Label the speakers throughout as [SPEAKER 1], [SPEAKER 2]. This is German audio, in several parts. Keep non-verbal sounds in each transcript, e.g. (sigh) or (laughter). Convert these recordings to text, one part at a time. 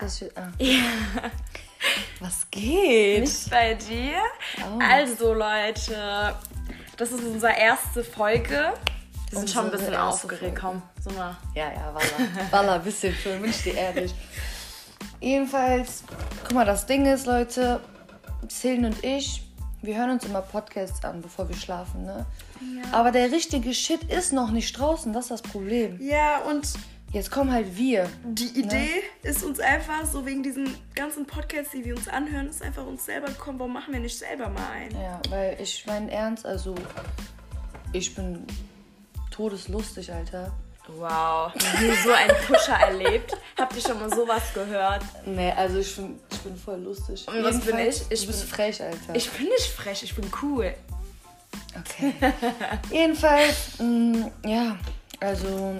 [SPEAKER 1] das ist, ah,
[SPEAKER 2] (laughs) Ja.
[SPEAKER 1] was geht?
[SPEAKER 2] Nicht bei dir.
[SPEAKER 1] Oh.
[SPEAKER 2] Also Leute, das ist unsere erste Folge. Wir sind schon ein
[SPEAKER 1] Unsere
[SPEAKER 2] bisschen
[SPEAKER 1] erste
[SPEAKER 2] aufgeregt.
[SPEAKER 1] Folge.
[SPEAKER 2] Komm, so mal.
[SPEAKER 1] Ja, ja, Walla. Walla, ein bisschen schon, bin ich dir ehrlich. Jedenfalls, guck mal, das Ding ist, Leute, Celine und ich, wir hören uns immer Podcasts an, bevor wir schlafen, ne? Aber der richtige Shit ist noch nicht draußen, das ist das Problem.
[SPEAKER 2] Ja, Mhm. und
[SPEAKER 1] Jetzt kommen halt wir.
[SPEAKER 2] die Idee ist uns einfach so wegen diesen ganzen Podcasts, die wir uns anhören, ist einfach uns selber gekommen. Warum machen wir nicht selber mal einen?
[SPEAKER 1] Ja, weil ich mein Ernst, also, ich bin todeslustig, Alter.
[SPEAKER 2] Wow, nie so einen Pusher erlebt. Habt ihr schon mal sowas gehört?
[SPEAKER 1] Nee, also ich bin, ich bin voll lustig.
[SPEAKER 2] Und was bin ich? Ich
[SPEAKER 1] Ich bin
[SPEAKER 2] bin-
[SPEAKER 1] frech, Alter.
[SPEAKER 2] Ich bin nicht frech, ich bin cool.
[SPEAKER 1] Okay. Jedenfalls, mh, ja, also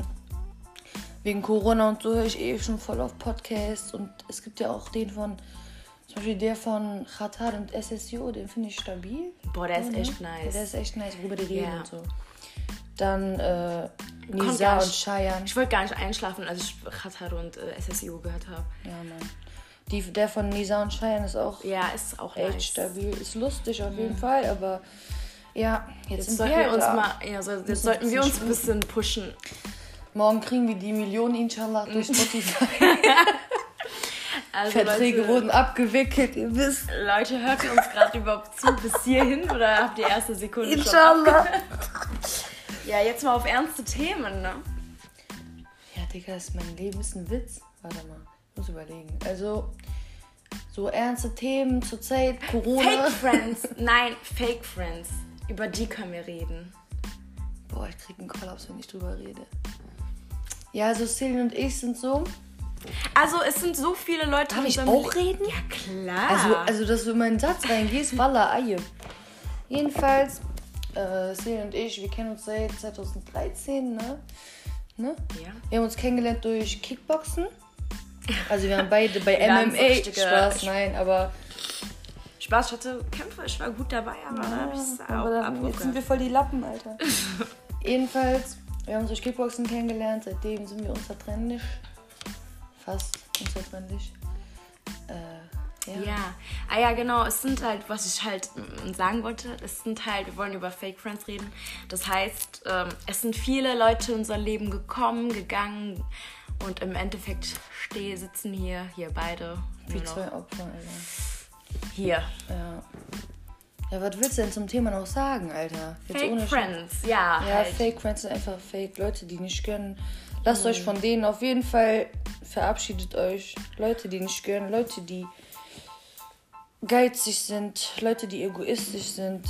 [SPEAKER 1] wegen Corona und so höre ich eh schon voll auf Podcasts und es gibt ja auch den von, zum Beispiel der von Khatar und SSU, den finde ich stabil.
[SPEAKER 2] Boah, der ist
[SPEAKER 1] Mhm.
[SPEAKER 2] echt nice.
[SPEAKER 1] Der ist echt nice, worüber die reden
[SPEAKER 2] Ja.
[SPEAKER 1] und so. Dann äh,
[SPEAKER 2] Kommt
[SPEAKER 1] Nisa
[SPEAKER 2] gar
[SPEAKER 1] und
[SPEAKER 2] nicht-
[SPEAKER 1] Shayan.
[SPEAKER 2] Ich wollte gar nicht einschlafen, als ich Qatar und äh, SSIO gehört habe.
[SPEAKER 1] Ja, Mann. Die, der von Nisa und Shayan ist auch
[SPEAKER 2] Ja, ist auch
[SPEAKER 1] echt
[SPEAKER 2] nice.
[SPEAKER 1] stabil. Ist lustig auf jeden Fall, aber ja, jetzt,
[SPEAKER 2] Jetzt
[SPEAKER 1] sind
[SPEAKER 2] sollten
[SPEAKER 1] wir
[SPEAKER 2] wir uns
[SPEAKER 1] halt da.
[SPEAKER 2] mal, ja, so, jetzt sollten wir uns ein bisschen pushen.
[SPEAKER 1] Morgen kriegen wir die Millionen, inshallah,
[SPEAKER 2] (laughs)
[SPEAKER 1] durch Spotify.
[SPEAKER 2] Also
[SPEAKER 1] Verträge
[SPEAKER 2] Leute,
[SPEAKER 1] wurden abgewickelt, ihr wisst.
[SPEAKER 2] Leute, hört ihr uns gerade überhaupt zu bis hierhin oder habt ihr erste Sekunde schon?
[SPEAKER 1] Inshallah.
[SPEAKER 2] Ja, jetzt mal auf ernste Themen, ne?
[SPEAKER 1] Ja, Digga, ist mein Leben ist ein Witz. Warte mal, ich muss überlegen. Also, so ernste Themen zurzeit, Corona.
[SPEAKER 2] Fake Friends. Nein, Fake Friends. Über die können wir reden.
[SPEAKER 1] Boah, ich krieg einen Kollaps, wenn ich drüber rede. Ja, also Celine und ich sind so.
[SPEAKER 2] Also, es sind so viele Leute.
[SPEAKER 1] Darf
[SPEAKER 2] in
[SPEAKER 1] ich
[SPEAKER 2] unserem
[SPEAKER 1] auch
[SPEAKER 2] Le-
[SPEAKER 1] reden?
[SPEAKER 2] Ja, klar.
[SPEAKER 1] Also, also, dass du in meinen Satz reingehst, Walla, Eie. Jedenfalls, äh, Celine und ich, wir kennen uns seit 2013, ne? Ne?
[SPEAKER 2] ja.
[SPEAKER 1] Wir haben uns kennengelernt durch Kickboxen. Also wir haben beide bei
[SPEAKER 2] (laughs) Wir waren so
[SPEAKER 1] MMA
[SPEAKER 2] richtige-
[SPEAKER 1] Spaß, nein, aber,
[SPEAKER 2] Spaß, ich hatte Kämpfe, ich war gut dabei, aber da hab ich's
[SPEAKER 1] Ah, aber
[SPEAKER 2] Ah, auch
[SPEAKER 1] dann, jetzt sind wir
[SPEAKER 2] abgehört.
[SPEAKER 1] voll die Lappen, Alter.
[SPEAKER 2] (laughs)
[SPEAKER 1] Jedenfalls, wir haben uns durch Kickboxen kennengelernt, seitdem sind wir unzertrennlich. Fast unzertrennlich. Äh, ja.
[SPEAKER 2] Ja, ah ja, genau. Es sind halt, was ich halt mm, sagen wollte, es sind halt, wir wollen über Fake Friends reden. Das heißt, ähm, es sind viele Leute in unser Leben gekommen, gegangen und im Endeffekt steh, sitzen hier, hier beide.
[SPEAKER 1] Wie
[SPEAKER 2] nur noch
[SPEAKER 1] zwei Opfer, Alter.
[SPEAKER 2] Hier.
[SPEAKER 1] Ja. Ja, was willst du denn zum Thema noch sagen, Alter? Jetzt
[SPEAKER 2] Fake
[SPEAKER 1] ohne Scheiß.
[SPEAKER 2] Friends, ja.
[SPEAKER 1] Ja,
[SPEAKER 2] halt.
[SPEAKER 1] Fake Friends sind einfach Fake Leute, die nicht gönnen. Lasst euch von denen auf jeden Fall verabschiedet euch. Leute, die nicht gönnen, Leute, die geizig sind, Leute, die egoistisch sind.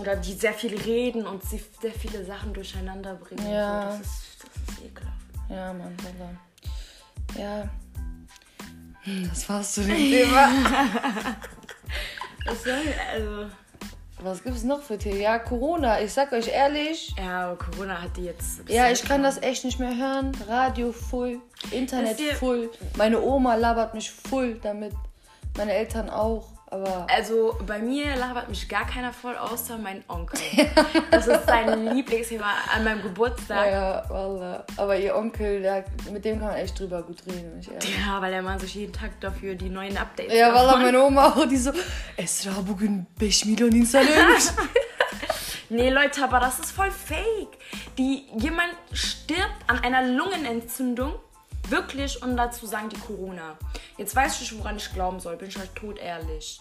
[SPEAKER 2] Oder die sehr viel reden und sie sehr viele Sachen durcheinander bringen.
[SPEAKER 1] Ja.
[SPEAKER 2] So, das, ist, das ist ekelhaft.
[SPEAKER 1] Ja, Mann, Alter. Ja. Hm, Das war's zu dem Thema.
[SPEAKER 2] Das soll, also.
[SPEAKER 1] Was gibt's noch für Themen? Ja, Corona, ich sag euch ehrlich.
[SPEAKER 2] Ja, aber Corona hat die jetzt.
[SPEAKER 1] Ja, ich kann das echt nicht mehr hören. Radio voll, Internet
[SPEAKER 2] Wisst ihr-
[SPEAKER 1] voll. Meine Oma labert mich voll damit. Meine Eltern auch. Aber
[SPEAKER 2] Also bei mir labert mich gar keiner voll, außer mein
[SPEAKER 1] (laughs)
[SPEAKER 2] Onkel. Das ist sein Lieblingsthema an meinem Geburtstag. Ja,
[SPEAKER 1] Ja, Wallah. Aber ihr Onkel, der, mit dem kann man echt drüber gut reden, wenn ich ehrlich.
[SPEAKER 2] weil der Mann sich jeden Tag dafür die neuen Updates
[SPEAKER 1] Ja,
[SPEAKER 2] macht.
[SPEAKER 1] Wallah, meine Oma auch, die so, es war bugün Bechmil und Installiert.
[SPEAKER 2] Nee, Leute, aber das ist voll fake. Die, jemand stirbt an einer Lungenentzündung. Wirklich, und dazu sagen die Corona. Jetzt weiß ich, woran ich glauben soll. Bin ich halt tot ehrlich.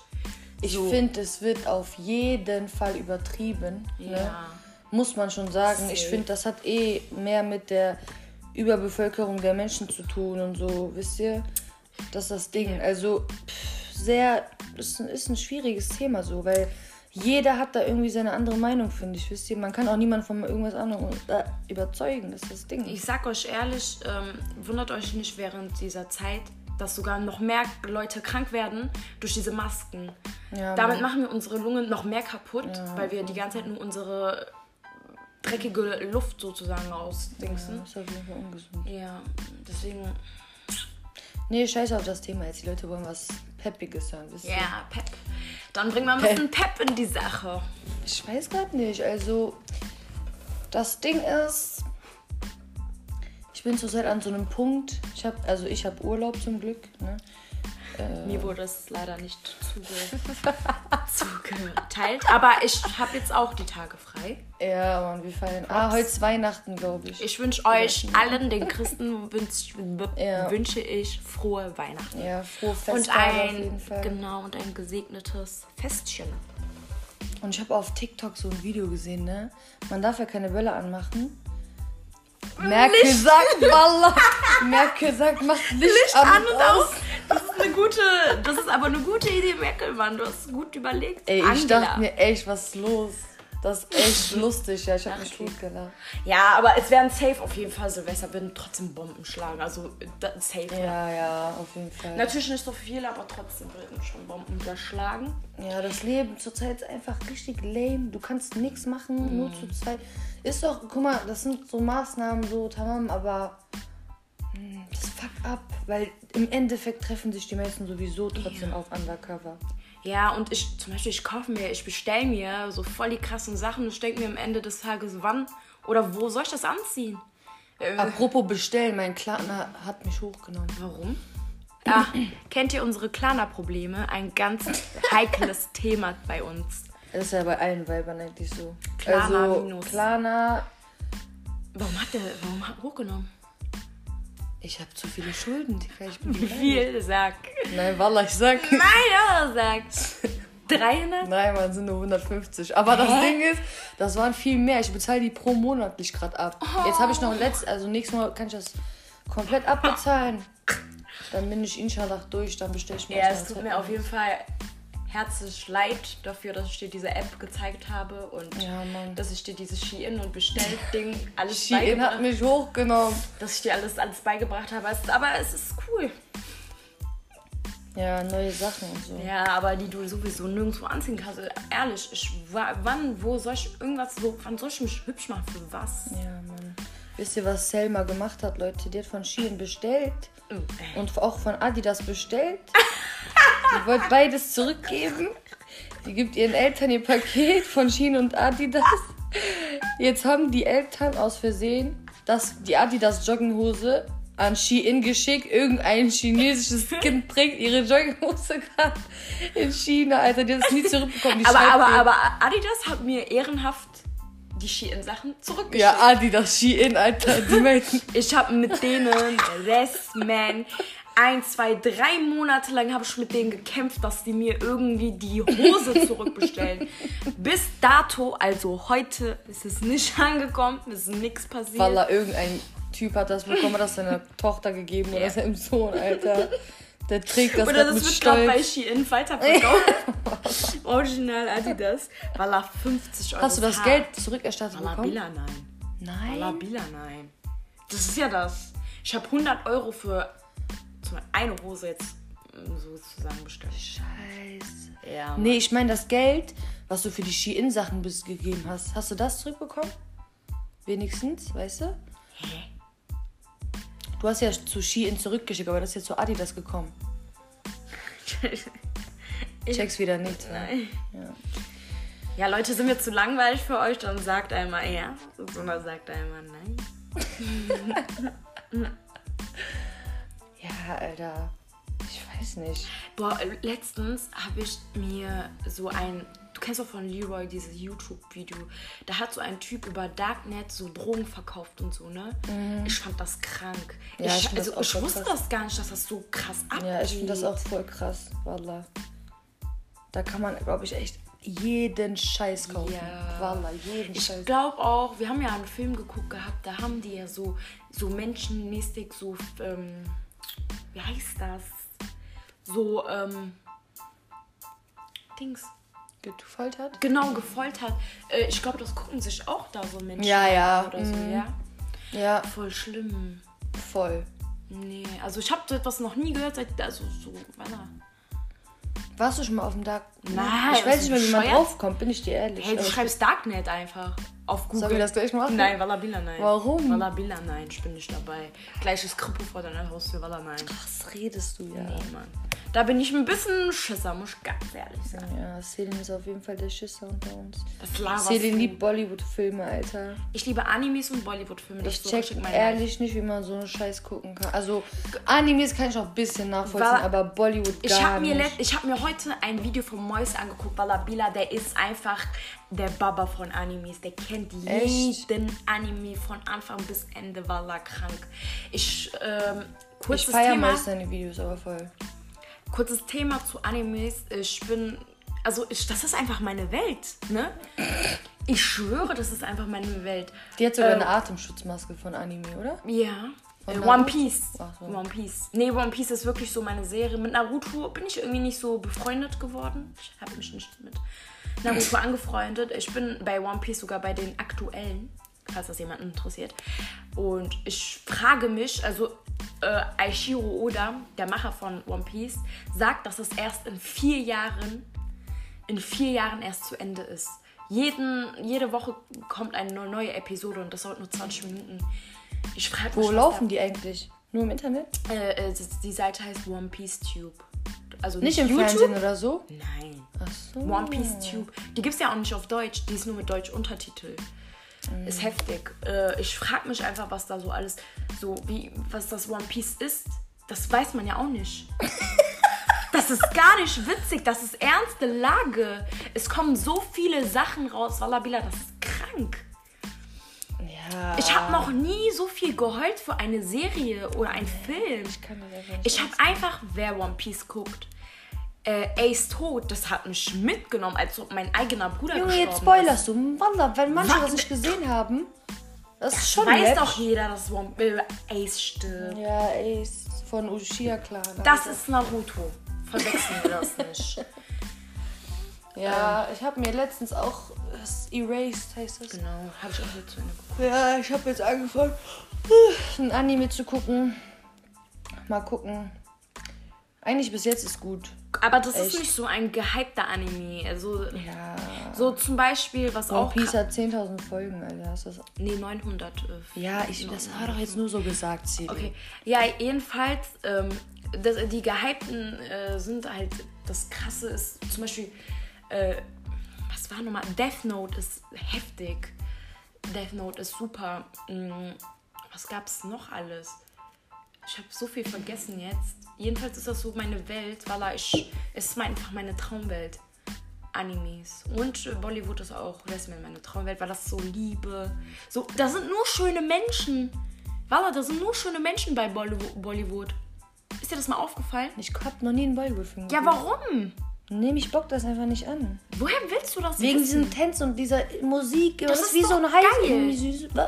[SPEAKER 1] Ich
[SPEAKER 2] So.
[SPEAKER 1] finde, es wird auf jeden Fall übertrieben. Ne?
[SPEAKER 2] Ja.
[SPEAKER 1] Muss man schon sagen. Ich
[SPEAKER 2] Safe.
[SPEAKER 1] finde, das hat eh mehr mit der Überbevölkerung der Menschen zu tun und so, wisst ihr? Das ist das Ding. Also, pff, sehr, das ist ein, ist ein schwieriges Thema so, weil jeder hat da irgendwie seine andere Meinung, finde ich, wisst ihr? Man kann auch niemanden von irgendwas anderem äh, überzeugen, das ist das Ding.
[SPEAKER 2] Ich sag euch ehrlich, ähm, wundert euch nicht während dieser Zeit, dass sogar noch mehr Leute krank werden durch diese Masken.
[SPEAKER 1] Ja,
[SPEAKER 2] Damit
[SPEAKER 1] Mann.
[SPEAKER 2] machen wir unsere Lungen noch mehr kaputt, weil wir die ganze Zeit nur unsere dreckige Luft sozusagen ausdingsen.
[SPEAKER 1] Das ist auf jeden Fall ungesund.
[SPEAKER 2] Ja, deswegen.
[SPEAKER 1] Nee, scheiß auf das Thema jetzt. Die Leute wollen was Peppiges hören, wisst
[SPEAKER 2] Ja,
[SPEAKER 1] ihr?
[SPEAKER 2] Pep. Dann bringen wir ein bisschen Pep in die Sache.
[SPEAKER 1] Ich weiß gerade nicht. Also, das Ding ist, ich bin zurzeit an so einem Punkt. Ich habe also ich habe Urlaub zum Glück. Ne?
[SPEAKER 2] Mir wurde es leider nicht
[SPEAKER 1] (laughs)
[SPEAKER 2] zuge zugeteilt, aber ich habe jetzt auch die Tage frei.
[SPEAKER 1] Ja, Mann, wir feiern. Ah, heute ist Weihnachten, glaube ich.
[SPEAKER 2] Ich wünsche euch allen, den Christen, wünsch, w-
[SPEAKER 1] genau. (laughs) Ja.
[SPEAKER 2] wünsche ich frohe Weihnachten.
[SPEAKER 1] Ja, frohe Festtage
[SPEAKER 2] Und
[SPEAKER 1] auf jeden
[SPEAKER 2] ein,
[SPEAKER 1] Fall.
[SPEAKER 2] genau, und ein gesegnetes Festchen.
[SPEAKER 1] Und ich habe auf TikTok so ein Video gesehen, ne? Man darf ja keine Böller anmachen. Merkel
[SPEAKER 2] (laughs)
[SPEAKER 1] sagt, Wallah. Merkel sagt, macht Licht,
[SPEAKER 2] Licht an und aus. Das ist eine gute, das ist aber eine gute Idee, Merkel, Mann. Du hast gut überlegt.
[SPEAKER 1] Ey, ich
[SPEAKER 2] Angela.
[SPEAKER 1] dachte mir echt, was ist los? Das ist
[SPEAKER 2] (laughs)
[SPEAKER 1] echt lustig, ja. Ich habe mich
[SPEAKER 2] Nachricht.
[SPEAKER 1] totgelacht.
[SPEAKER 2] Ja, aber es werden safe auf jeden Fall Silvester werden trotzdem Bomben schlagen. Also da- safe.
[SPEAKER 1] Ja, ja, auf jeden Fall.
[SPEAKER 2] Natürlich nicht so viel, aber trotzdem werden schon Bomben da schlagen.
[SPEAKER 1] Ja, das Leben zurzeit ist einfach richtig lame. Du kannst nichts machen,
[SPEAKER 2] Mhm.
[SPEAKER 1] nur zur Zeit. Ist doch, guck mal, das sind so Maßnahmen, so tamam, aber hm, das fuck ab. Weil im Endeffekt treffen sich die Menschen sowieso trotzdem auf Undercover.
[SPEAKER 2] Ja, und ich zum Beispiel, ich kaufe mir, ich bestelle mir so voll die krassen Sachen und denke mir am Ende des Tages, wann oder wo soll ich das anziehen? Äh.
[SPEAKER 1] Apropos bestellen, mein Klarner hat mich hochgenommen.
[SPEAKER 2] Warum? Ah, kennt ihr unsere Klana-Probleme? Ein ganz heikles (laughs) Thema bei uns.
[SPEAKER 1] Das ist ja bei allen Weibern eigentlich so.
[SPEAKER 2] Klarna
[SPEAKER 1] also,
[SPEAKER 2] minus.
[SPEAKER 1] Klarna,
[SPEAKER 2] Warum hat der, warum hat hochgenommen?
[SPEAKER 1] ich habe zu viele Schulden, Digga. Ich bin
[SPEAKER 2] Wie viel? (laughs) Sag.
[SPEAKER 1] Nein, Wallah, ich sag.
[SPEAKER 2] Nein, aber sag. 300?
[SPEAKER 1] Nein, man sind nur 150. Aber das Ding ist, das waren viel mehr. Ich bezahle die pro monatlich gerade ab. Jetzt habe ich noch letzt, also nächstes Mal kann ich das komplett abbezahlen. Dann bin ich inshallah durch, dann bestelle ich mir
[SPEAKER 2] Ja,
[SPEAKER 1] erst mal
[SPEAKER 2] es
[SPEAKER 1] ein
[SPEAKER 2] tut
[SPEAKER 1] Zettel.
[SPEAKER 2] mir auf jeden Fall herzlich leid dafür, dass ich dir diese App gezeigt habe und
[SPEAKER 1] Ja, Mann.
[SPEAKER 2] dass ich dir dieses Shein
[SPEAKER 1] (laughs)
[SPEAKER 2] und Bestell-Ding alles
[SPEAKER 1] Shein
[SPEAKER 2] beigebracht
[SPEAKER 1] hat mich hochgenommen.
[SPEAKER 2] dass ich dir alles, alles beigebracht habe. Es- Aber es ist cool.
[SPEAKER 1] Ja, neue Sachen und so.
[SPEAKER 2] Ja, aber die du sowieso nirgendwo anziehen kannst. Ehrlich, ich, wa- wann, wo soll ich irgendwas, wo, wann soll ich mich hübsch machen? Für was?
[SPEAKER 1] Ja, Mann. Wisst ihr, was Selma gemacht hat, Leute? Die hat von Shein bestellt und auch von Adidas bestellt. Die wollte beides zurückgeben. Die gibt ihren Eltern ihr Paket von Shein und Adidas. Jetzt haben die Eltern aus Versehen das, die Adidas Joggenhose an Shein geschickt. Irgendein chinesisches Kind trägt ihre Joggenhose gerade in China, Alter. Die hat es nie zurückbekommen. Die
[SPEAKER 2] Aber,
[SPEAKER 1] schreibt
[SPEAKER 2] aber,
[SPEAKER 1] ihr-
[SPEAKER 2] aber Adidas hat mir ehrenhaft die Shein-Sachen zurückgeschickt.
[SPEAKER 1] Ja, Adidas, Shein, Alter. Die meinten...
[SPEAKER 2] Ich habe mit denen, yes, man, ein, zwei, drei Monate lang habe ich mit denen gekämpft, dass die mir irgendwie die Hose zurückbestellen. Bis dato, also heute, ist es nicht (laughs) angekommen, es ist nichts passiert.
[SPEAKER 1] Wallah, irgendein Typ hat das bekommen, hat das (laughs) seiner Tochter gegeben oder seinem Sohn, Alter. Der trägt das,
[SPEAKER 2] Oder
[SPEAKER 1] grad
[SPEAKER 2] das
[SPEAKER 1] mit
[SPEAKER 2] wird gerade bei
[SPEAKER 1] Stolz.
[SPEAKER 2] Shein weiterverkauft. (laughs) Original Adidas. Walla 50 Euro.
[SPEAKER 1] Hast du das
[SPEAKER 2] Haar.
[SPEAKER 1] Geld zurückerstattet
[SPEAKER 2] Walla
[SPEAKER 1] bekommen?
[SPEAKER 2] Bila, nein. Walla
[SPEAKER 1] Nein.
[SPEAKER 2] Bila, nein. Das ist ja das. Ich habe 100 Euro für zum Beispiel eine Hose jetzt ähm, sozusagen bestellt.
[SPEAKER 1] Scheiße.
[SPEAKER 2] Ja.
[SPEAKER 1] Nee, ich meine das Geld, was du für die Shein-Sachen bis- gegeben hast. Hast du das zurückbekommen? Wenigstens, weißt du?
[SPEAKER 2] Hä?
[SPEAKER 1] Du hast ja zu Shein zurückgeschickt, aber das ist ja zu Adidas (laughs) gekommen. Check's wieder nicht. Ne?
[SPEAKER 2] Ja, Leute, sind wir zu langweilig für euch? Dann sagt einmal ja. Sondern sagt einmal nein.
[SPEAKER 1] Ja, Alter. Ich weiß nicht.
[SPEAKER 2] Boah, letztens habe ich mir so ein, du kennst doch von Leroy dieses YouTube-Video, da hat so ein Typ über Darknet so Drogen verkauft und so, ne? Ich fand das krank.
[SPEAKER 1] Mhm. Ja, ich
[SPEAKER 2] ich
[SPEAKER 1] find das
[SPEAKER 2] also,
[SPEAKER 1] auch
[SPEAKER 2] ich
[SPEAKER 1] voll
[SPEAKER 2] wusste
[SPEAKER 1] krass.
[SPEAKER 2] das gar nicht, dass das so krass abgeht.
[SPEAKER 1] Ja, ich finde das auch voll krass, Wallah. Da kann man, glaube ich, echt jeden Scheiß kaufen.
[SPEAKER 2] Ja.
[SPEAKER 1] Wallah, jeden Scheiß.
[SPEAKER 2] Ich glaube auch, wir haben ja einen Film geguckt gehabt, da haben die ja so, so menschenmäßig so, ähm, wie heißt das? So, ähm, Dings.
[SPEAKER 1] Gefoltert?
[SPEAKER 2] genau gefoltert. Äh, ich glaube, das gucken sich auch da so Menschen
[SPEAKER 1] Ja,
[SPEAKER 2] an
[SPEAKER 1] ja,
[SPEAKER 2] oder so,
[SPEAKER 1] mhm.
[SPEAKER 2] ja.
[SPEAKER 1] Ja,
[SPEAKER 2] Voll schlimm.
[SPEAKER 1] voll.
[SPEAKER 2] Nee, also ich habe so etwas noch nie gehört, seit also so, Alter.
[SPEAKER 1] Warst du schon mal auf dem Dark?
[SPEAKER 2] Nein,
[SPEAKER 1] Ich
[SPEAKER 2] bist
[SPEAKER 1] weiß nicht
[SPEAKER 2] du
[SPEAKER 1] mal, wie man
[SPEAKER 2] bescheuert?
[SPEAKER 1] draufkommt, bin ich dir ehrlich.
[SPEAKER 2] Hey, du
[SPEAKER 1] Aber
[SPEAKER 2] schreibst Darknet einfach. auf Google.
[SPEAKER 1] Sollen wir das gleich machen?
[SPEAKER 2] Nein, Wallabila nein.
[SPEAKER 1] Warum?
[SPEAKER 2] Wallabila nein, ich bin nicht dabei. Gleiches Kripo vor deiner Haustür, Walla nein.
[SPEAKER 1] Was redest du ja?
[SPEAKER 2] Nee, Mann. Da bin ich ein bisschen Schisser, muss ich ganz ehrlich sagen.
[SPEAKER 1] Ja, Selin ist auf jeden Fall der Schisser unter uns.
[SPEAKER 2] Das laberst
[SPEAKER 1] Selin
[SPEAKER 2] du.
[SPEAKER 1] liebt Bollywood-Filme, Alter.
[SPEAKER 2] Ich liebe Animes und Bollywood-Filme. das
[SPEAKER 1] Ich
[SPEAKER 2] ist so
[SPEAKER 1] check
[SPEAKER 2] richtig mein
[SPEAKER 1] ehrlich nicht, wie man so einen Scheiß gucken kann. Also, Animes kann ich auch ein bisschen nachvollziehen,
[SPEAKER 2] War-
[SPEAKER 1] aber Bollywood gar
[SPEAKER 2] Ich habe mir,
[SPEAKER 1] nicht.
[SPEAKER 2] let- ich hab mir heute ein Video von Mois angeguckt, Wallabila, der ist einfach der Baba von Animes. Der kennt
[SPEAKER 1] Echt?
[SPEAKER 2] jeden Anime von Anfang bis Ende, Walla krank. Ich, ähm,
[SPEAKER 1] Ich
[SPEAKER 2] kurzes
[SPEAKER 1] feiere
[SPEAKER 2] Thema.
[SPEAKER 1] meist seine Videos aber voll.
[SPEAKER 2] kurzes Thema zu Animes. Ich bin, also ich, das ist einfach meine Welt, ne? Ich schwöre, das ist einfach meine Welt.
[SPEAKER 1] Die hat sogar eine Atemschutzmaske von Anime, oder?
[SPEAKER 2] Ja. Äh,
[SPEAKER 1] Naruto?
[SPEAKER 2] One Piece.
[SPEAKER 1] Ach so.
[SPEAKER 2] One Piece. Nee, One Piece ist wirklich so meine Serie. Mit Naruto bin ich irgendwie nicht so befreundet geworden. Ich habe mich nicht mit Naruto angefreundet. Ich bin bei One Piece sogar bei den aktuellen, falls das jemanden interessiert. Und ich frage mich, also äh, Aishiro Oda, der Macher von One Piece, sagt, dass es erst in vier Jahren in vier Jahren erst zu Ende ist. Jeden, jede Woche kommt eine neu- neue Episode und das dauert nur 20 Minuten. Ich frage mich.
[SPEAKER 1] Wo
[SPEAKER 2] was
[SPEAKER 1] laufen die eigentlich? Nur im Internet?
[SPEAKER 2] Da, äh, äh, die- die Seite heißt One Piece Tube. Also
[SPEAKER 1] Nicht im
[SPEAKER 2] YouTube?
[SPEAKER 1] Fernsehen oder so?
[SPEAKER 2] Nein.
[SPEAKER 1] Ach so.
[SPEAKER 2] One Piece Tube. Die gibt's ja auch nicht auf Deutsch. Die ist nur mit deutsch Untertitel. Ist heftig. Äh, ich frage mich einfach, was da so alles, so wie, was das One Piece ist. Das weiß man ja auch nicht. Das ist gar nicht witzig. Das ist ernste Lage. Es kommen so viele Sachen raus. Wallabila, das ist krank.
[SPEAKER 1] Ja.
[SPEAKER 2] Ich habe noch nie so viel geheult für eine Serie oder einen Film.
[SPEAKER 1] kann das einfach nicht
[SPEAKER 2] Ich habe einfach, wer One Piece guckt, äh, Ace tot, das hat mich mitgenommen, als ob mein eigener Bruder
[SPEAKER 1] Junge,
[SPEAKER 2] gestorben
[SPEAKER 1] jetzt spoilerst du. Wanda, wenn manche
[SPEAKER 2] Warte.
[SPEAKER 1] das nicht gesehen haben, das ist
[SPEAKER 2] ist.
[SPEAKER 1] schon
[SPEAKER 2] Weiß
[SPEAKER 1] läppisch.
[SPEAKER 2] doch jeder, dass One, äh, Ace stirbt.
[SPEAKER 1] Ja, ey, ist von Uchiha-Clan.
[SPEAKER 2] Das ist Naruto. Verwechseln wir das
[SPEAKER 1] (laughs)
[SPEAKER 2] nicht.
[SPEAKER 1] Ja, ich habe mir letztens auch das Erased, heißt das.
[SPEAKER 2] Genau, habe ich auch hier zu Ende geguckt.
[SPEAKER 1] Ja, ich habe jetzt angefangen, ein Anime zu gucken. Mal gucken. Eigentlich bis jetzt ist gut.
[SPEAKER 2] Aber das ist
[SPEAKER 1] Echt?
[SPEAKER 2] nicht so ein gehypter Anime. Also,
[SPEAKER 1] Ja.
[SPEAKER 2] so zum Beispiel, was
[SPEAKER 1] One
[SPEAKER 2] auch.
[SPEAKER 1] Piece hat 10.000 Folgen, Alter. Hast du das
[SPEAKER 2] Nee, 900. äh,
[SPEAKER 1] ja, ich, das war doch jetzt nur so gesagt, Siri.
[SPEAKER 2] Okay. Ja, jedenfalls, ähm, das, die gehypten äh, sind halt, das krasse ist zum Beispiel, äh, was war nochmal? Death Note ist heftig. Death Note ist super. Mm, was gab's noch alles? Ich habe so viel vergessen jetzt. Jedenfalls ist das so meine Welt, weil ich, es ist mein, einfach meine Traumwelt. Animes. Und äh, Bollywood ist auch, das ist mir meine Traumwelt, weil das so Liebe. So, da sind nur schöne Menschen. Walla, da sind nur schöne Menschen bei Bollywood- Bollywood. Ist dir das mal aufgefallen?
[SPEAKER 1] Ich hab noch nie einen Bollywood-Film
[SPEAKER 2] Ja,
[SPEAKER 1] gesehen.
[SPEAKER 2] warum?
[SPEAKER 1] Nee, mich bockt das einfach nicht an.
[SPEAKER 2] Woher willst du das
[SPEAKER 1] Wegen
[SPEAKER 2] wissen?
[SPEAKER 1] diesen Tänzen und dieser Musik. Das,
[SPEAKER 2] ist
[SPEAKER 1] ist wie
[SPEAKER 2] doch
[SPEAKER 1] so ein
[SPEAKER 2] geil.
[SPEAKER 1] Highschool,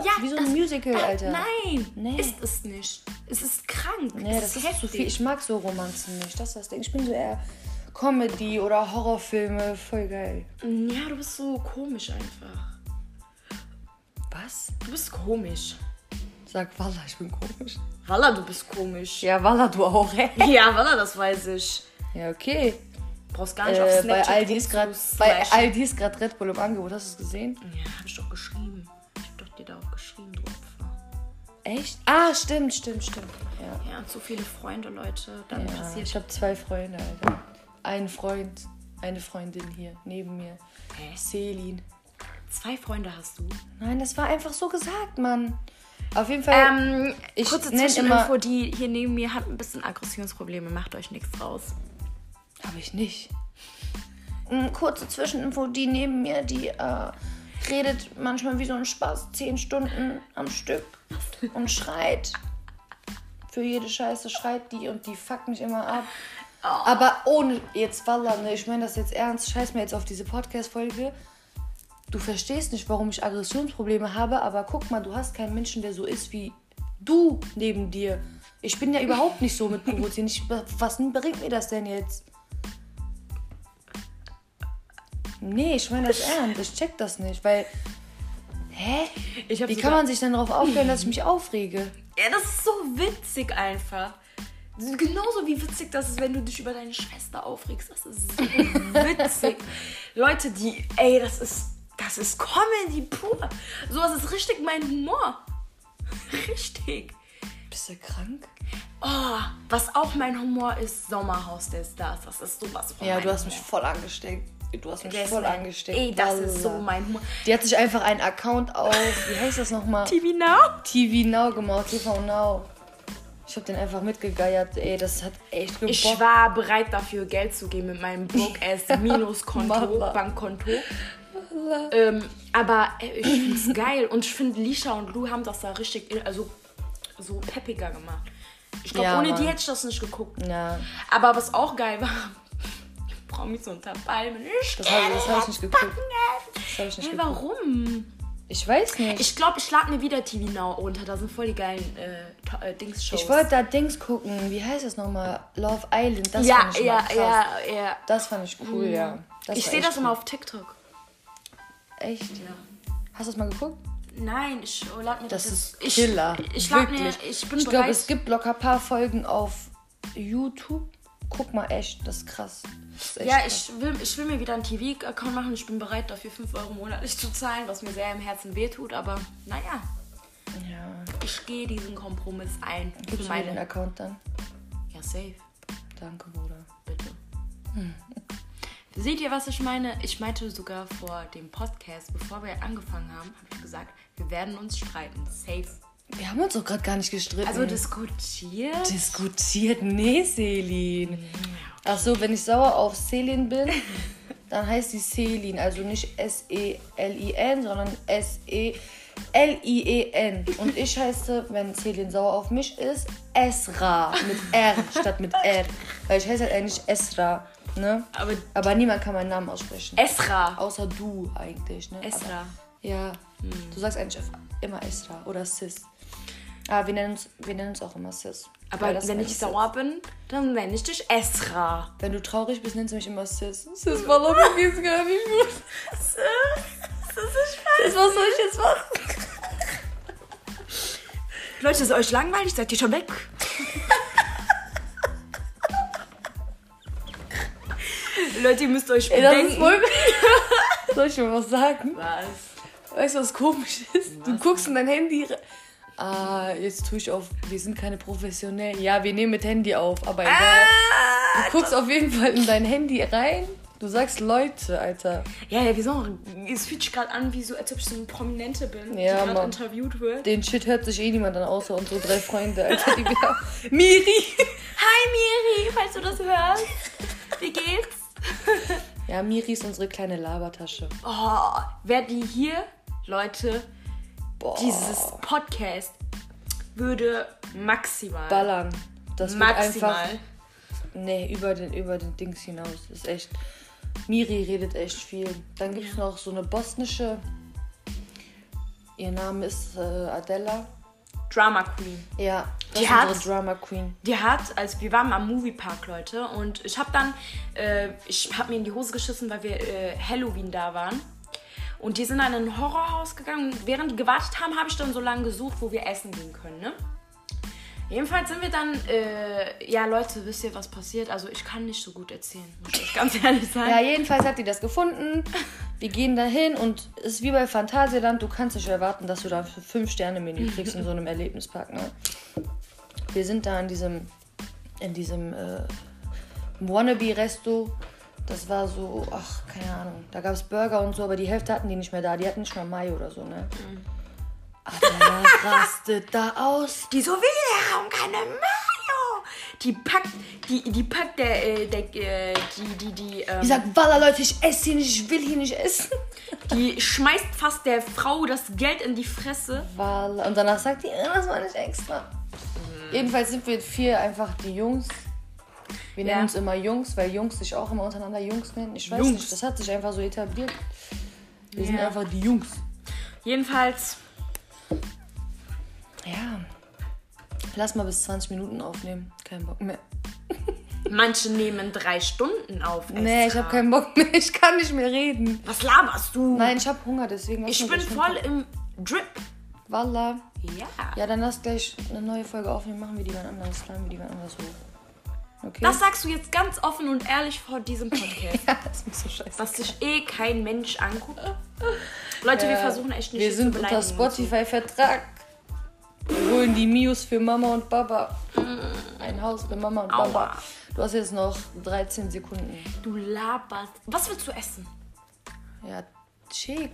[SPEAKER 2] Ja,
[SPEAKER 1] wie so ein
[SPEAKER 2] das-
[SPEAKER 1] Musical,
[SPEAKER 2] da-
[SPEAKER 1] Alter.
[SPEAKER 2] Nein,
[SPEAKER 1] Nee.
[SPEAKER 2] ist es nicht. Es ist krank.
[SPEAKER 1] Nee,
[SPEAKER 2] es
[SPEAKER 1] das
[SPEAKER 2] ist,
[SPEAKER 1] ist zu
[SPEAKER 2] heftig.
[SPEAKER 1] viel. Ich mag so Romanzen nicht. Das ist das Ding. Ich bin so eher Comedy oder Horrorfilme. Voll geil.
[SPEAKER 2] ja, du bist so komisch einfach.
[SPEAKER 1] Was?
[SPEAKER 2] Du bist komisch.
[SPEAKER 1] Sag Walla, ich bin komisch.
[SPEAKER 2] Walla, du bist komisch.
[SPEAKER 1] Ja, Walla, du auch, (laughs) hä?
[SPEAKER 2] (laughs) Ja, Walla, das weiß ich.
[SPEAKER 1] Ja, okay.
[SPEAKER 2] Brauchst gar nicht auf
[SPEAKER 1] Äh, bei
[SPEAKER 2] Snapchat
[SPEAKER 1] Aldi ist gerade bei
[SPEAKER 2] rumzuslashen.
[SPEAKER 1] Aldi ist gerade Red Bull im Angebot. Hast du es gesehen?
[SPEAKER 2] Ja, hab ich doch geschrieben. Ich hab doch dir da auch geschrieben, du Opfer.
[SPEAKER 1] Echt? Ah, stimmt, stimmt, stimmt. Ja.
[SPEAKER 2] Ja, zu viele Freunde, Leute, dann
[SPEAKER 1] ja.
[SPEAKER 2] passiert
[SPEAKER 1] Ich habe zwei Freunde, Alter. Einen Freund, eine Freundin hier neben mir.
[SPEAKER 2] Hä?
[SPEAKER 1] Selin.
[SPEAKER 2] Zwei Freunde hast du.
[SPEAKER 1] Nein, das war einfach so gesagt, Mann. Auf jeden Fall.
[SPEAKER 2] Ähm,
[SPEAKER 1] Ich
[SPEAKER 2] kurze
[SPEAKER 1] nenn
[SPEAKER 2] Zwischeninfo, die hier neben mir hat ein bisschen Aggressionsprobleme, macht euch nichts raus.
[SPEAKER 1] Habe ich nicht. Mm, Kurze Zwischeninfo, die neben mir, die äh, redet manchmal wie so ein Spaß zehn Stunden am Stück und schreit. Für jede Scheiße schreit die und die fuckt mich immer ab. Aber ohne, jetzt Walla, ne, ich meine das jetzt ernst, scheiß mir jetzt auf diese Podcast-Folge. Du verstehst nicht, warum ich Aggressionsprobleme habe, aber guck mal, du hast keinen Menschen, der so ist wie du neben dir. Ich bin ja überhaupt nicht (laughs) so mit provozieren. Ich, was bringt mir das denn jetzt? Nee, ich meine das ernst. Ich check das nicht, weil. Hä?
[SPEAKER 2] Ich hab
[SPEAKER 1] Wie
[SPEAKER 2] sogar-
[SPEAKER 1] kann man sich denn darauf aufhören, dass ich mich aufrege?
[SPEAKER 2] Ja, das ist so witzig einfach. Genauso wie witzig das ist, wenn du dich über (laughs) deine Schwester aufregst. Das ist so witzig. Leute, die, ey, das ist Das ist Comedy pur. Sowas ist richtig mein Humor. (laughs) Richtig.
[SPEAKER 1] Bist du krank?
[SPEAKER 2] Oh, was auch mein Humor ist, Sommerhaus der Stars. Das ist sowas von
[SPEAKER 1] Ja,
[SPEAKER 2] mein
[SPEAKER 1] du hast
[SPEAKER 2] Humor.
[SPEAKER 1] mich voll angesteckt. Du hast mich
[SPEAKER 2] Der ist
[SPEAKER 1] voll
[SPEAKER 2] mein-
[SPEAKER 1] angesteckt.
[SPEAKER 2] Ey, das ist so
[SPEAKER 1] Wallah.
[SPEAKER 2] mein Humor.
[SPEAKER 1] Die hat sich einfach einen Account auf, wie heißt das nochmal?
[SPEAKER 2] TV Now?
[SPEAKER 1] TV Now gemacht, TV Now. Ich hab den einfach mitgegeiert, ey, das hat echt
[SPEAKER 2] Ich
[SPEAKER 1] gebockt.
[SPEAKER 2] war bereit dafür, Geld zu geben mit
[SPEAKER 1] (laughs)
[SPEAKER 2] meinem Broke-Ass-Minuskonto,
[SPEAKER 1] Mama.
[SPEAKER 2] Bankkonto. Ähm, aber äh, ich find's geil. Und ich finde, Lisha und Lou haben das da richtig, in- also so peppiger gemacht. Ich glaube,
[SPEAKER 1] Ja,
[SPEAKER 2] ohne
[SPEAKER 1] Mann.
[SPEAKER 2] die hätte ich das nicht geguckt.
[SPEAKER 1] Ja,
[SPEAKER 2] Aber was auch geil war, (laughs) Promis unter Palmen. Ich
[SPEAKER 1] das habe das hab ich nicht geguckt. Das hab ich nicht
[SPEAKER 2] Hey,
[SPEAKER 1] geguckt.
[SPEAKER 2] warum?
[SPEAKER 1] Ich weiß nicht. Ich,
[SPEAKER 2] Ich glaube, ich lade mir wieder TV Now runter. Da sind voll die geilen äh, Ta- äh, Dings-Shows.
[SPEAKER 1] wollte da Dings gucken, wie heißt das nochmal? Love Island, das
[SPEAKER 2] Ja,
[SPEAKER 1] fand ich immer
[SPEAKER 2] ja,
[SPEAKER 1] krass.
[SPEAKER 2] ja, ja.
[SPEAKER 1] Das fand Mhm. ich cool, ja. Das
[SPEAKER 2] ich
[SPEAKER 1] war
[SPEAKER 2] sehe
[SPEAKER 1] echt
[SPEAKER 2] das immer auf TikTok.
[SPEAKER 1] cool. Echt? Ja. Hast du das mal geguckt?
[SPEAKER 2] Nein, ich äh, lad mir
[SPEAKER 1] Das
[SPEAKER 2] jetzt-
[SPEAKER 1] ist
[SPEAKER 2] ich,
[SPEAKER 1] Killer.
[SPEAKER 2] Ich, lad mir,
[SPEAKER 1] Wirklich.
[SPEAKER 2] ich bin
[SPEAKER 1] ich glaube,
[SPEAKER 2] bereit.
[SPEAKER 1] es gibt locker ein paar Folgen auf YouTube. Guck mal, echt, das ist krass. Das ist echt
[SPEAKER 2] ja,
[SPEAKER 1] krass.
[SPEAKER 2] ich will, ich will mir wieder einen TV-Account machen. Ich bin bereit, dafür 5 Euro monatlich zu zahlen, was mir sehr im Herzen wehtut. Aber naja,
[SPEAKER 1] Ja,
[SPEAKER 2] ich gehe diesen Kompromiss ein. Für
[SPEAKER 1] gibst du mir den
[SPEAKER 2] meine.
[SPEAKER 1] Account dann?
[SPEAKER 2] Ja, safe.
[SPEAKER 1] Danke, Bruder.
[SPEAKER 2] Bitte.
[SPEAKER 1] Hm.
[SPEAKER 2] Seht ihr, was ich meine? Ich meinte sogar vor dem Podcast, bevor wir angefangen haben, habe ich gesagt, wir werden uns streiten. Safe.
[SPEAKER 1] Wir haben uns doch gerade gar nicht gestritten.
[SPEAKER 2] Also diskutiert.
[SPEAKER 1] Diskutiert? Nee, Selin. Ach so, wenn ich sauer auf Selin bin, dann heißt sie Selin. Also nicht S-E-L-I-N, sondern E S-E-L-I-E-N. E Und ich heiße, wenn Selin sauer auf mich ist, Esra. Mit R statt mit R. Weil ich heiße halt eigentlich Esra. Ne?
[SPEAKER 2] Aber-
[SPEAKER 1] Aber niemand kann meinen Namen aussprechen.
[SPEAKER 2] Esra.
[SPEAKER 1] Außer du eigentlich. Ne?
[SPEAKER 2] Esra. Hm.
[SPEAKER 1] Ja, du sagst eigentlich immer Esra oder Sis. Aber wir nennen uns, wir nennen uns auch immer Sis.
[SPEAKER 2] Aber
[SPEAKER 1] Weil das
[SPEAKER 2] wenn
[SPEAKER 1] meine
[SPEAKER 2] ich
[SPEAKER 1] Sis.
[SPEAKER 2] sauer bin, dann nenne ich dich Esra.
[SPEAKER 1] Wenn du traurig bist, nennst du mich immer Sis. Sis, warum geht's gerade nicht gut?
[SPEAKER 2] Sis, das ist
[SPEAKER 1] Sis, was soll ich jetzt machen?
[SPEAKER 2] Leute, ist euch langweilig? Seid ihr schon weg? (laughs) Leute, ihr müsst euch
[SPEAKER 1] Ey, das ist
[SPEAKER 2] bedenken.
[SPEAKER 1] voll... (laughs) soll ich mir was sagen?
[SPEAKER 2] Was?
[SPEAKER 1] Weißt du, was komisch ist? Du guckst in dein Handy... re- Ah, jetzt tue ich auf, wir sind keine professionellen. Ja, wir nehmen mit Handy auf, aber egal.
[SPEAKER 2] Ah!
[SPEAKER 1] Du guckst auf jeden Fall in dein Handy rein. Du sagst Leute, Alter.
[SPEAKER 2] Ja, ja, wieso? Es fühlt sich gerade an, wie so, als ob ich so eine Prominente
[SPEAKER 1] Ja,
[SPEAKER 2] bin, die gerade
[SPEAKER 1] Mann.
[SPEAKER 2] interviewt wird.
[SPEAKER 1] Den Shit hört sich eh niemand an, außer unsere drei Freunde, Alter, die wir
[SPEAKER 2] (laughs)
[SPEAKER 1] haben. Miri!
[SPEAKER 2] Hi Miri, falls du das hörst. Wie geht's? (laughs)
[SPEAKER 1] Ja, Miri ist unsere kleine Labertasche.
[SPEAKER 2] Oh, wärt ihr hier, Leute,
[SPEAKER 1] Boah.
[SPEAKER 2] dieses Podcast würde maximal,
[SPEAKER 1] Ballern. Das wird einfach.
[SPEAKER 2] maximal
[SPEAKER 1] Nee, über den, über den Dings hinaus. Ist echt. Miri redet echt viel. Dann gibt es noch so eine bosnische. Ihr Name ist äh, Adela.
[SPEAKER 2] Drama Queen.
[SPEAKER 1] Ja, das
[SPEAKER 2] Die
[SPEAKER 1] ist
[SPEAKER 2] hat's.
[SPEAKER 1] unsere Drama Queen.
[SPEAKER 2] Die hat, also wir waren am Moviepark, Leute, und ich habe dann, äh, ich habe mir in die Hose geschissen, weil wir äh, Halloween da waren. Und die sind dann in ein Horrorhaus gegangen. Und Während die gewartet haben, habe ich dann so lange gesucht, wo wir essen gehen können, ne? Jedenfalls sind wir dann, äh, ja Leute, wisst ihr, was passiert? Also ich kann nicht so gut erzählen, muss ich euch ganz (laughs) ehrlich sagen.
[SPEAKER 1] Ja, jedenfalls hat die das gefunden. Wir gehen da hin und es ist wie bei Phantasialand. Du kannst nicht erwarten, dass du da 5-Sterne-Menü kriegst in so einem Erlebnispark. Ne? Wir sind da in diesem, in diesem äh, Wannabe-Resto. Das war so, ach, keine Ahnung. Da gab es Burger und so, aber die Hälfte hatten die nicht mehr da. Die hatten nicht mal Mai oder so, ne? Aber da (laughs) rastet da aus.
[SPEAKER 2] Die so, wir haben keine Mayo. Die packt, die, die packt der, äh, der, äh, die, die, die, ähm,
[SPEAKER 1] Die sagt, Walla, Leute, ich esse hier nicht, ich will hier nicht essen.
[SPEAKER 2] die schmeißt fast der Frau das Geld in die Fresse.
[SPEAKER 1] Wala. Und danach sagt die, "Äh, das war nicht extra.
[SPEAKER 2] Mhm.
[SPEAKER 1] Jedenfalls sind wir vier einfach die Jungs. Wir
[SPEAKER 2] Ja.
[SPEAKER 1] nennen uns immer Jungs, weil Jungs sich auch immer untereinander Jungs nennen. Ich weiß
[SPEAKER 2] Jungs.
[SPEAKER 1] nicht, das hat sich einfach so etabliert. Wir sind
[SPEAKER 2] Ja.
[SPEAKER 1] einfach die Jungs.
[SPEAKER 2] Jedenfalls,
[SPEAKER 1] Ja. Lass mal bis 20 Minuten aufnehmen. Kein Bock mehr.
[SPEAKER 2] manche nehmen drei Stunden auf.
[SPEAKER 1] Nee, ich
[SPEAKER 2] extra.
[SPEAKER 1] habe keinen Bock mehr. Ich kann nicht mehr reden.
[SPEAKER 2] Was laberst du?
[SPEAKER 1] Nein, ich habe Hunger, deswegen. lass
[SPEAKER 2] ich
[SPEAKER 1] mal
[SPEAKER 2] bin
[SPEAKER 1] gleich
[SPEAKER 2] voll
[SPEAKER 1] runter.
[SPEAKER 2] im Drip.
[SPEAKER 1] Walla.
[SPEAKER 2] Ja.
[SPEAKER 1] Ja, dann lass gleich eine neue Folge aufnehmen. Machen wir die wann anders. Laden wir die wann anders hoch. Okay.
[SPEAKER 2] Das sagst du jetzt ganz offen und ehrlich vor diesem Podcast,
[SPEAKER 1] (laughs) ja, das ist so scheiße.
[SPEAKER 2] dass sich eh kein Mensch anguckt. Leute, wir versuchen echt nicht
[SPEAKER 1] Äh, Wir
[SPEAKER 2] hier
[SPEAKER 1] sind
[SPEAKER 2] zu
[SPEAKER 1] unter
[SPEAKER 2] beleidigen.
[SPEAKER 1] Spotify-Vertrag. Wir holen die Mios für Mama und Papa. Ein Haus für Mama und
[SPEAKER 2] Äh. Aua.
[SPEAKER 1] Papa. Du hast jetzt noch 13 Sekunden.
[SPEAKER 2] Du laberst. Was willst du essen?
[SPEAKER 1] Ja, schick.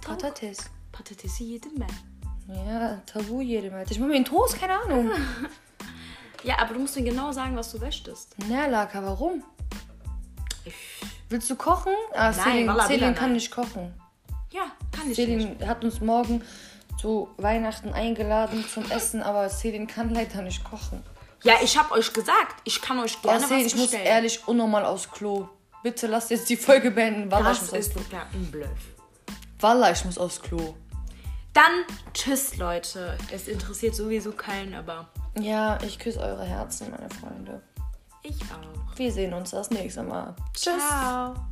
[SPEAKER 1] Patates.
[SPEAKER 2] Patates jedem Mann.
[SPEAKER 1] Ja, Tabu jedem Alter. Ich mache mir einen Toast, keine
[SPEAKER 2] (laughs)
[SPEAKER 1] Ahnung.
[SPEAKER 2] Ja, aber du musst mir genau sagen, was du möchtest.
[SPEAKER 1] Nerlaka, warum? Willst du kochen? Ah, Selin,
[SPEAKER 2] Wallah,
[SPEAKER 1] Selin
[SPEAKER 2] Billah,
[SPEAKER 1] kann
[SPEAKER 2] nein.
[SPEAKER 1] nicht kochen.
[SPEAKER 2] Ja, kann ich nicht.
[SPEAKER 1] Selin hat uns morgen zu Weihnachten eingeladen zum Essen, aber Selin kann leider nicht kochen.
[SPEAKER 2] Ja, ich hab euch gesagt, ich kann euch
[SPEAKER 1] Oh,
[SPEAKER 2] gerne
[SPEAKER 1] Selin,
[SPEAKER 2] was
[SPEAKER 1] ich muss
[SPEAKER 2] bestellen.
[SPEAKER 1] ehrlich unnormal aufs Klo. Bitte lass jetzt die Folge beenden. Wallah, ich
[SPEAKER 2] das
[SPEAKER 1] muss aufs
[SPEAKER 2] ist
[SPEAKER 1] Klo.
[SPEAKER 2] ja ein Bluff.
[SPEAKER 1] Wallah, ich muss aufs Klo.
[SPEAKER 2] Dann tschüss, Leute. Es interessiert sowieso keinen, aber
[SPEAKER 1] Ja, ich küsse eure Herzen, meine Freunde.
[SPEAKER 2] ich auch.
[SPEAKER 1] Wir sehen uns das nächste Mal. Tschüss.
[SPEAKER 2] Ciao.